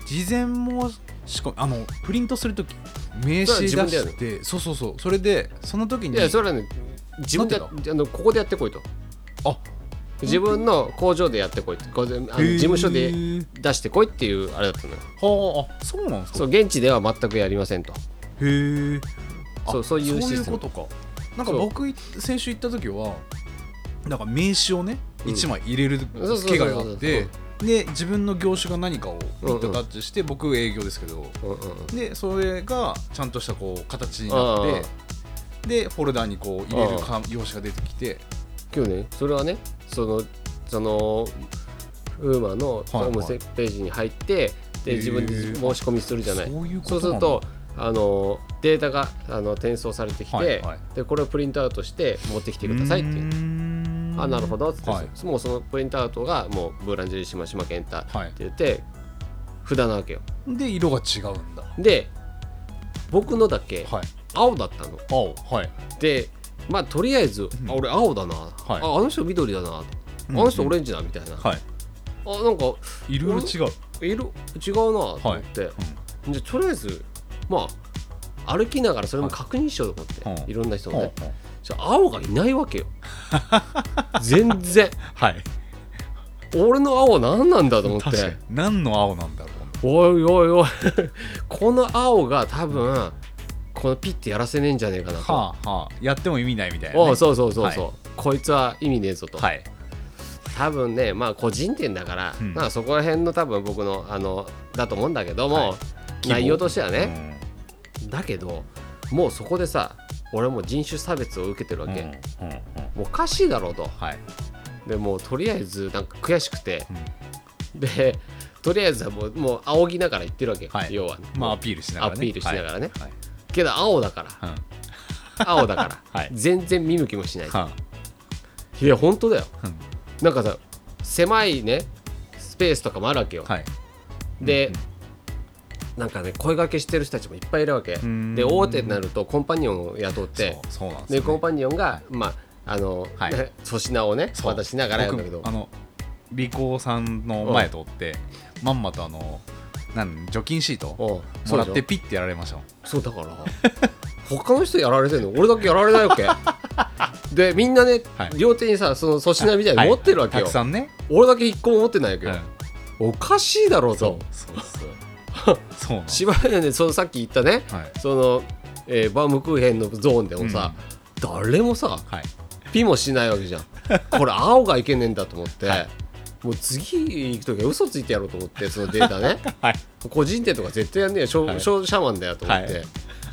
Speaker 2: 事前もしかもあのプリントするとき名刺出
Speaker 1: それは自分でやる
Speaker 2: してそうそうそうそれでその時
Speaker 1: い
Speaker 2: に
Speaker 1: やそれはね自分で
Speaker 2: なん
Speaker 1: あのここでやってこいと
Speaker 2: あ
Speaker 1: 自分の工場でやってこいってこうあの
Speaker 2: へー
Speaker 1: 事務所で出してこいっていうあれだったのよ
Speaker 2: はああそうなんですか
Speaker 1: そう現地では全くやりませんと
Speaker 2: へえあ
Speaker 1: そうそういう
Speaker 2: そう
Speaker 1: シ
Speaker 2: い
Speaker 1: ス
Speaker 2: う
Speaker 1: テ
Speaker 2: こ
Speaker 1: ム
Speaker 2: とかなんか
Speaker 1: そう
Speaker 2: 僕先週行った時はなんか名刺をね
Speaker 1: うん
Speaker 2: 1枚入れる
Speaker 1: うそうそう
Speaker 2: 機会があってで自分の業種が何かをピッとタッチして僕営業ですけど
Speaker 1: うんうんうん
Speaker 2: でそれがちゃんとしたこう形にな
Speaker 1: あ
Speaker 2: ってでフォルダにこう入れるか用紙が出てきて
Speaker 1: 今日ねそれはねそのそのウーマのホームセページに入って、
Speaker 2: へ
Speaker 1: で
Speaker 2: ー
Speaker 1: 自分で申し込みするじゃない
Speaker 2: そういうこと
Speaker 1: そうするとあのデータがあの転送されてきて、
Speaker 2: はいはい
Speaker 1: でこれをプリントアウトして持ってきてくださいっていうあなるほどっつって、
Speaker 2: はい
Speaker 1: もうそのプリントアウトがもうブーランジェリー島島健太って
Speaker 2: はい
Speaker 1: 言って札なわけよ
Speaker 2: で色が違うんだ
Speaker 1: で僕のだけ
Speaker 2: はい
Speaker 1: 青だったの
Speaker 2: 青はい
Speaker 1: でまあとりあえず、
Speaker 2: ん
Speaker 1: あ俺青だな、
Speaker 2: い
Speaker 1: ああの人緑だなとあ
Speaker 2: うん
Speaker 1: の人オレンジだみたいな、
Speaker 2: はい
Speaker 1: あなんか
Speaker 2: いろいろ違う
Speaker 1: 色違うなと思って、じゃあとりあえずまあ歩きながらそれも確認しようと思って、
Speaker 2: はいうん
Speaker 1: いろんな人のね、
Speaker 2: うん
Speaker 1: じゃあ青がいないわけよ全然
Speaker 2: はい
Speaker 1: 俺の青何なんだと思っ
Speaker 2: 確かに
Speaker 1: て
Speaker 2: 何の青なんだろう
Speaker 1: おいおいおい *laughs* この青が多分このピッてやらせねえんじゃねえかなと、
Speaker 2: はあはあやっても意味ないみたいなね
Speaker 1: おうそうそうそうそう、
Speaker 2: は
Speaker 1: こいつは意味ねえぞと、
Speaker 2: はい
Speaker 1: 多分ねまあ個人店だから、
Speaker 2: うん
Speaker 1: まあそこら辺の多分僕のあのだと思うんだけども、
Speaker 2: はい希望
Speaker 1: 内容としてはね、
Speaker 2: ね
Speaker 1: だけどもうそこでさ俺もう人種差別を受けてるわけ、もうおかしいだろうと
Speaker 2: はい
Speaker 1: でもうとりあえずなんか悔しくて
Speaker 2: う、
Speaker 1: でとりあえずはもうもう仰ぎながら言ってるわけ、
Speaker 2: はい
Speaker 1: 要はね、
Speaker 2: まあ
Speaker 1: も
Speaker 2: ア
Speaker 1: う
Speaker 2: ピールしながらね
Speaker 1: アピールしながらね
Speaker 2: はい
Speaker 1: けど青だから
Speaker 2: はいうん
Speaker 1: 青だから、
Speaker 2: *laughs* はい
Speaker 1: 全然見向きもしない、、
Speaker 2: はい
Speaker 1: や本当だよ
Speaker 2: あうん
Speaker 1: なんかさ狭いねスペースとかもあるわけよ、
Speaker 2: はい
Speaker 1: で、なんかね声掛けしてる人たちもいっぱいいるわけ
Speaker 2: ん
Speaker 1: で大手になるとコンパニオンを雇って
Speaker 2: そうそうなんです
Speaker 1: で
Speaker 2: よ
Speaker 1: コン
Speaker 2: ね
Speaker 1: パニオンがまああの
Speaker 2: はい
Speaker 1: ね粗品をね
Speaker 2: そう
Speaker 1: 渡しながらやるんだけど
Speaker 2: 僕あのリコーさんの前通ってまんまとあのなん除菌シート
Speaker 1: うん
Speaker 2: も
Speaker 1: そう
Speaker 2: ら
Speaker 1: でし
Speaker 2: っ
Speaker 1: ょ
Speaker 2: てピッてやられましたもん
Speaker 1: *laughs*
Speaker 2: *laughs*
Speaker 1: そうだから他の人やられてんの俺だけやられないわけでみんなね、
Speaker 2: はい
Speaker 1: 両手にさその粗品みたいに持ってるわけよ、
Speaker 2: たくさんね、
Speaker 1: 俺だけ一個も持ってないわけよ、
Speaker 2: うん
Speaker 1: おかしいだろうと
Speaker 2: そうそうそうな
Speaker 1: *laughs*
Speaker 2: の
Speaker 1: しばらくねそのさっき言ったね
Speaker 2: はい
Speaker 1: その、えーバームクーヘンのゾーンでもさ、誰もさ
Speaker 2: はい
Speaker 1: ピもしないわけじゃんこれ青がいけねえんだと思って、
Speaker 2: はい
Speaker 1: もう次行く時は嘘ついてやろうと思ってそのデータね
Speaker 2: はい
Speaker 1: 個人店とか絶対やんねえよショ,、
Speaker 2: はい
Speaker 1: シャマンだよと思って、
Speaker 2: はい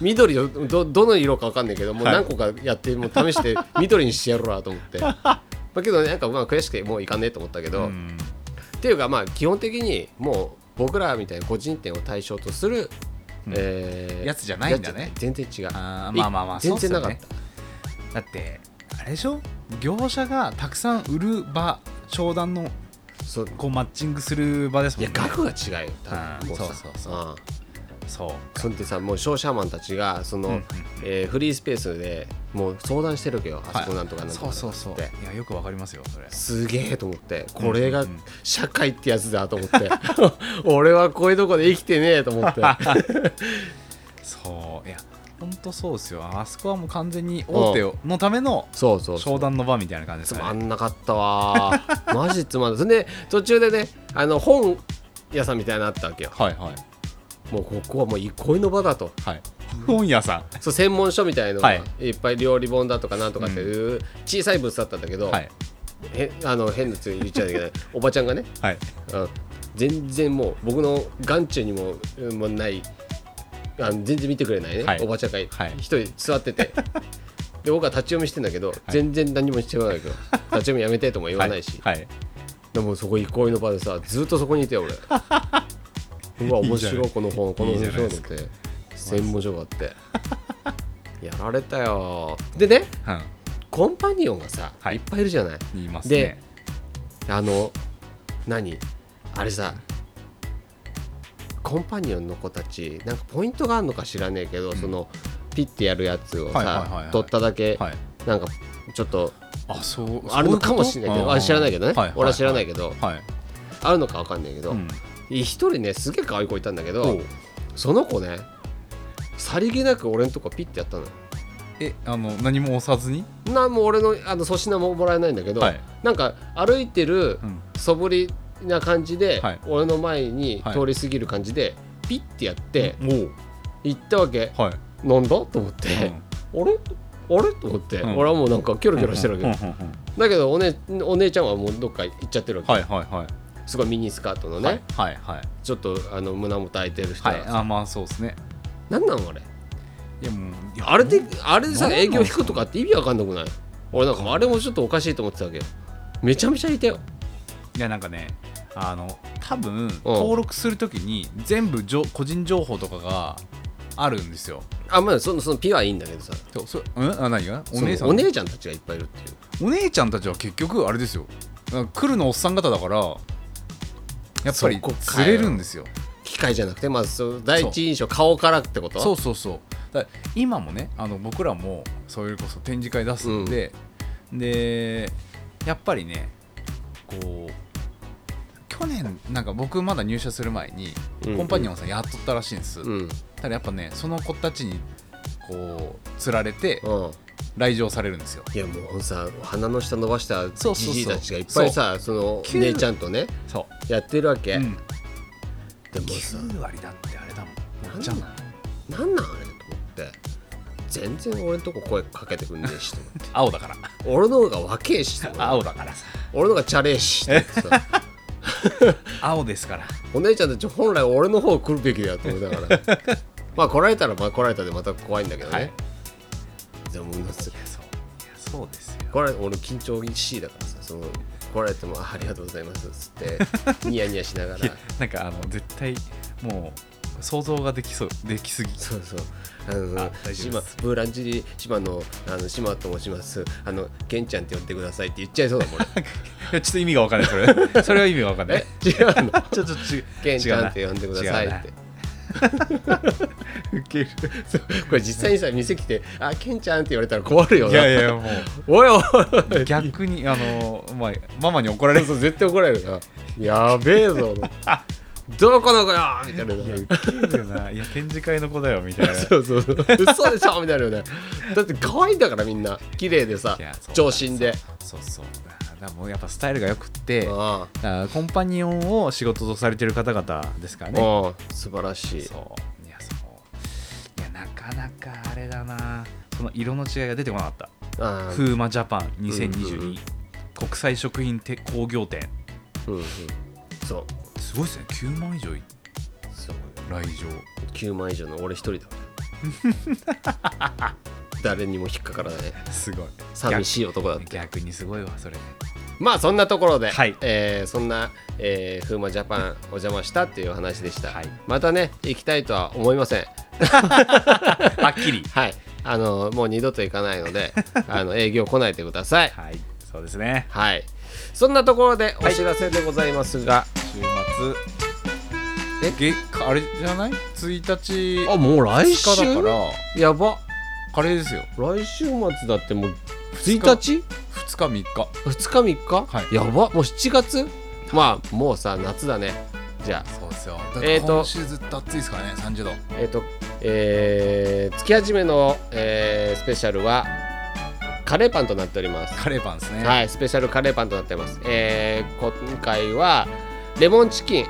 Speaker 1: 緑をどどの色か分かんないけどもう
Speaker 2: はい
Speaker 1: 何個かやってもう試
Speaker 2: *laughs*
Speaker 1: して緑にしてやろうなと思って。まあけどねなんかまあ悔しくてもういかねえと思ったけど、
Speaker 2: うん
Speaker 1: っていうかまあ基本的にもう僕らみたいな個人店を対象とする、
Speaker 2: うん
Speaker 1: えー
Speaker 2: やつじゃないんだね
Speaker 1: やつ全然違う
Speaker 2: あーまあまあまあ
Speaker 1: い全然なか
Speaker 2: そう
Speaker 1: っ
Speaker 2: っすよだってあれでしょ業者がたくさん売る場商談の
Speaker 1: たそう
Speaker 2: こうマッチングする場です
Speaker 1: い
Speaker 2: も
Speaker 1: や
Speaker 2: んね
Speaker 1: 額が違うよ多
Speaker 2: あー
Speaker 1: 分もさ
Speaker 2: そうそうそう
Speaker 1: あ
Speaker 2: そう
Speaker 1: ーそんでさもう商社マンたちがその、
Speaker 2: うんうんうん
Speaker 1: えーフリースペースでもう相談してるわけよあそこなんとかなんとか
Speaker 2: そ
Speaker 1: な
Speaker 2: うん
Speaker 1: とか
Speaker 2: そ
Speaker 1: っ
Speaker 2: う
Speaker 1: て
Speaker 2: そういやよくわかりますよそれ
Speaker 1: すげえと思ってこれ
Speaker 2: う
Speaker 1: が
Speaker 2: んうんうん
Speaker 1: 社会ってやつだと思って *laughs* 俺はこういうとこで生きてねえと思
Speaker 2: *laughs*
Speaker 1: って
Speaker 2: そういやほんとそうですよあそこはもう完全に大手をのための
Speaker 1: そうそうそう
Speaker 2: 商談の場みたいな感じです
Speaker 1: つ
Speaker 2: か
Speaker 1: ま
Speaker 2: ね
Speaker 1: んなかったわーマジつまんないそれで途中でねあの本屋さんみたいなのあったわけよ
Speaker 2: はいはい
Speaker 1: もうここはもう憩いの場だと
Speaker 2: はい本屋さん
Speaker 1: そう専門書みたいのが
Speaker 2: はい
Speaker 1: いっぱい料理本だとかなんとかっていう小さいブースだったんだけど、
Speaker 2: はい
Speaker 1: へあの変なつ言っちゃうんだけどおばちゃんがね、
Speaker 2: はい
Speaker 1: うん、全然もう僕の眼中にもうんもうないあの全然見てくれないね、
Speaker 2: はい
Speaker 1: おばちゃんが一
Speaker 2: はい
Speaker 1: 人座ってて。で僕は立ち読みしてんだけど、全然何もしてこないけど立ち読みやめてとも言わないし、
Speaker 2: はい
Speaker 1: でもそこ憩いの場でさずっとそこにいて俺
Speaker 2: *laughs*
Speaker 1: うわ面白いこの本この
Speaker 2: いいじ
Speaker 1: 本
Speaker 2: ゃない
Speaker 1: 白い
Speaker 2: で
Speaker 1: のっ
Speaker 2: す
Speaker 1: て専門書があって
Speaker 2: *laughs*
Speaker 1: やられたよでね
Speaker 2: はいうん
Speaker 1: コンパニオンがさ、
Speaker 2: は
Speaker 1: い、
Speaker 2: い
Speaker 1: っぱいいるじゃない
Speaker 2: 言います
Speaker 1: で
Speaker 2: ね
Speaker 1: あの何あれさコンパニオンの子たちなんかポイントがあるのか知らねえけど、そのピッてやるやつをさ、
Speaker 2: はいはいはいはい
Speaker 1: 取っただけ、
Speaker 2: はい
Speaker 1: なんかちょっと
Speaker 2: あそう
Speaker 1: あるのかもしれないけどあ知らないけどね、俺は知らない
Speaker 2: け
Speaker 1: けど、
Speaker 2: どはい
Speaker 1: あるのかわかんないけど、
Speaker 2: うん
Speaker 1: 一人ねすげえ可愛い子いたんだけ
Speaker 2: お
Speaker 1: ど
Speaker 2: う
Speaker 1: その子ねさりげなく俺のとこピッてやったのよ
Speaker 2: えあの何も押さずに
Speaker 1: なんも俺のあの粗品ももらえないんだけど、
Speaker 2: はい
Speaker 1: なんか歩いてる
Speaker 2: うん
Speaker 1: 素振りな感じで、
Speaker 2: はい
Speaker 1: 俺の前に
Speaker 2: はい
Speaker 1: 通り過ぎる感じで、ピッてやって
Speaker 2: おう
Speaker 1: 行ったわけ、
Speaker 2: はい
Speaker 1: なんだと思って、 *laughs* あれあれと思って、
Speaker 2: うん
Speaker 1: 俺はもうなんかキョロキョロしてるわけ、
Speaker 2: うんうんうんうん
Speaker 1: だけどお,、ね、お姉ちゃんはもうどっか行っちゃってるわけ、
Speaker 2: はいはいはい
Speaker 1: すごいミニスカートのね、
Speaker 2: はいはいはい
Speaker 1: ちょっとあの胸元開いてる人
Speaker 2: は
Speaker 1: が、
Speaker 2: いあまあそうですね
Speaker 1: なんなんあれ
Speaker 2: いやもういや
Speaker 1: あれであれで
Speaker 2: な
Speaker 1: さ
Speaker 2: んなん
Speaker 1: 営業引くとかって意味わかんなくない俺なんかあれもちょっとおかしいと思ってたわけよめちゃめちゃいたよ
Speaker 2: いやなんかねあの多分登録するときに全部じょ個人情報とかがあるんですよ
Speaker 1: あまあそのそのピュアはいいんだけどさ
Speaker 2: そうそうんあ何がお
Speaker 1: その
Speaker 2: 姉さん
Speaker 1: お姉ちゃんたちがいっぱいいるっていう
Speaker 2: お姉ちゃんたちは結局あれですよあ来るのおっさん方だからやっぱ
Speaker 1: そ
Speaker 2: り
Speaker 1: こかよ
Speaker 2: 釣れるんですよ
Speaker 1: 機械じゃなくてまずそう第一印象顔からってこと
Speaker 2: そうそうそうだから今もねあの僕らもそれこそ展示会出すんで、でやっぱりねこう去年なんか僕まだ入社する前に
Speaker 1: うん
Speaker 2: コンパニオンさんやっとったらしいんです、
Speaker 1: うんうん
Speaker 2: ただやっぱねその子たちにこう釣られて来場されるんですよ
Speaker 1: いやもうさ鼻の下伸ばした
Speaker 2: そうそうそ
Speaker 1: じ
Speaker 2: う
Speaker 1: じいたちがいっぱいさその
Speaker 2: キュ
Speaker 1: 姉
Speaker 2: ー
Speaker 1: ちゃんとね
Speaker 2: そ
Speaker 1: やってるわ
Speaker 2: う、
Speaker 1: け、
Speaker 2: うん、
Speaker 1: でもさ
Speaker 2: 9割だってあれだもん
Speaker 1: なん
Speaker 2: おっちゃんな
Speaker 1: な
Speaker 2: の
Speaker 1: んなんあれと思って全然俺のとこ声かけてくんねえしと思って *laughs*
Speaker 2: 青だから
Speaker 1: 俺の方が若えしと思って
Speaker 2: *laughs* 青だからさ
Speaker 1: 俺の方がチャレえしと思ってさ
Speaker 2: *laughs* 青ですから
Speaker 1: お姉ちゃんたち本来俺の方来るべきだと思った
Speaker 2: *laughs*
Speaker 1: からまあ来られたらまあ来られたでまた怖いんだけどね、
Speaker 2: はい
Speaker 1: でも
Speaker 2: いやそういやそうですよ
Speaker 1: 来られ俺緊張しいだからさその来られてもあありがとうございますっつって
Speaker 2: *laughs*
Speaker 1: ニヤニヤしなが
Speaker 2: いや
Speaker 1: ら
Speaker 2: なんかあの絶対もう想像ができそうできすぎ
Speaker 1: そうそうあの
Speaker 2: あ大丈夫
Speaker 1: 島
Speaker 2: です
Speaker 1: ブーランジリ島のあの島と申しますあのケンちゃんって呼んでくださいって言っちゃいそうだもん
Speaker 2: *laughs*
Speaker 1: 俺
Speaker 2: いやちょっと意味がわかんないそ
Speaker 1: *laughs*
Speaker 2: れそれは意味がわかんない
Speaker 1: え違うの
Speaker 2: ちょっと違う
Speaker 1: ケンち
Speaker 2: 違う
Speaker 1: ゃん
Speaker 2: な
Speaker 1: って呼んでくださいって
Speaker 2: ウケる
Speaker 1: そうこれ実際にさ店来て「あケンちゃん」って言われたら困るよ
Speaker 2: い
Speaker 1: な
Speaker 2: やいやも
Speaker 1: おいおいう
Speaker 2: 逆にあの、まあ、ママに怒られる *laughs*
Speaker 1: そう絶対怒られるなやべえぞどこの子よみたいな。
Speaker 2: いやウケ
Speaker 1: *laughs*
Speaker 2: るないや展示会の子だよみたいな
Speaker 1: そうそうそう。嘘でしょみたいなよね。だって可愛いんだからみんな。綺麗でさ
Speaker 2: いや、そう
Speaker 1: 長身で。
Speaker 2: そうそうだからもうやっぱスタイルがよくって
Speaker 1: あ
Speaker 2: だからコンパニオンを仕事とされてる方々ですから
Speaker 1: あ、
Speaker 2: ね
Speaker 1: ああ素晴らしい。
Speaker 2: そういやそういやなかなかあれだなその色の違いが出てこなかった
Speaker 1: ああ、
Speaker 2: 風魔ジャパン2022、
Speaker 1: うんうんうん
Speaker 2: 国際食品て工業展
Speaker 1: うんうん。そう。
Speaker 2: すごいですね9万以上い
Speaker 1: そう
Speaker 2: 来場
Speaker 1: 9万以上の俺一人だ
Speaker 2: *laughs*
Speaker 1: から誰にも引っかからない
Speaker 2: すごい
Speaker 1: 寂しい男だっ
Speaker 2: 逆
Speaker 1: て
Speaker 2: 逆にすごいわそれ
Speaker 1: まあそんなところで、
Speaker 2: はい
Speaker 1: えーそんな、えー、風磨ジャパンお邪魔したっていう話でした、
Speaker 2: はい
Speaker 1: またね行きたいとは思いません
Speaker 2: *laughs* はっきり
Speaker 1: はいあのもう二度と行かないの
Speaker 2: *laughs*
Speaker 1: であの営業来ないでください
Speaker 2: はいそうですね
Speaker 1: はいそんなところでお知らせでございますが、
Speaker 2: 週末えげかあれじゃない ?1 日
Speaker 1: あもう来週
Speaker 2: 二日だから
Speaker 1: やば
Speaker 2: カレーですよ
Speaker 1: 来週末だってもう
Speaker 2: 日
Speaker 1: 1日
Speaker 2: 2日3日
Speaker 1: 2日3日、
Speaker 2: はい
Speaker 1: やばもう7月まあもうさ夏だねじゃあ
Speaker 2: そうですよ
Speaker 1: えーと
Speaker 2: 今週ずっと暑いですからね30度
Speaker 1: えっ、とえー、月始めの、えースペシャルはカレーパンとなっております
Speaker 2: カレーパンですね
Speaker 1: はいスペシャルカレーパンとなっておりますえー、今回はレモンチキン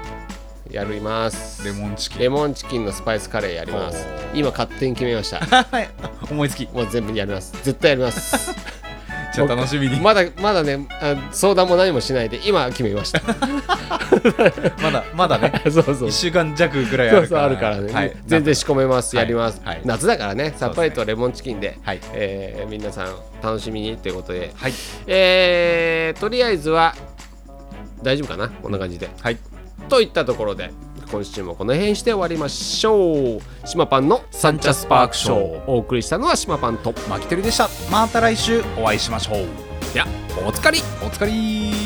Speaker 1: やります
Speaker 2: レモンチキ
Speaker 1: レ
Speaker 2: ン
Speaker 1: モンチキンのスパイスカレーやります
Speaker 2: ほう
Speaker 1: 今勝手に決めました
Speaker 2: はい *laughs* 思いつき
Speaker 1: もう全部やります絶対やります
Speaker 2: *laughs* じゃあ楽しみに
Speaker 1: ま
Speaker 2: ま
Speaker 1: だまだねあ相談も何もしないで今決めました
Speaker 2: *laughs* だまだね *laughs*
Speaker 1: そうそう
Speaker 2: 1週間弱ぐらい
Speaker 1: そ
Speaker 2: あ
Speaker 1: う
Speaker 2: る
Speaker 1: そう
Speaker 2: から
Speaker 1: あるからね、
Speaker 2: はい
Speaker 1: 全然仕込めます、
Speaker 2: はい
Speaker 1: やります、
Speaker 2: はい
Speaker 1: 夏だからねさっぱりとレモンチキンで
Speaker 2: はい
Speaker 1: えー皆さん楽しみにということで、
Speaker 2: はい
Speaker 1: えーとりあえずは大丈夫かなこんな感じで
Speaker 2: はい
Speaker 1: といったところで今週もこの辺にして終わりましょう島パンのサンチャスパークショーお送りしたのは島パンと
Speaker 2: マキテルでしたまた来週お会いしましょう
Speaker 1: ではお疲れ
Speaker 2: お疲れ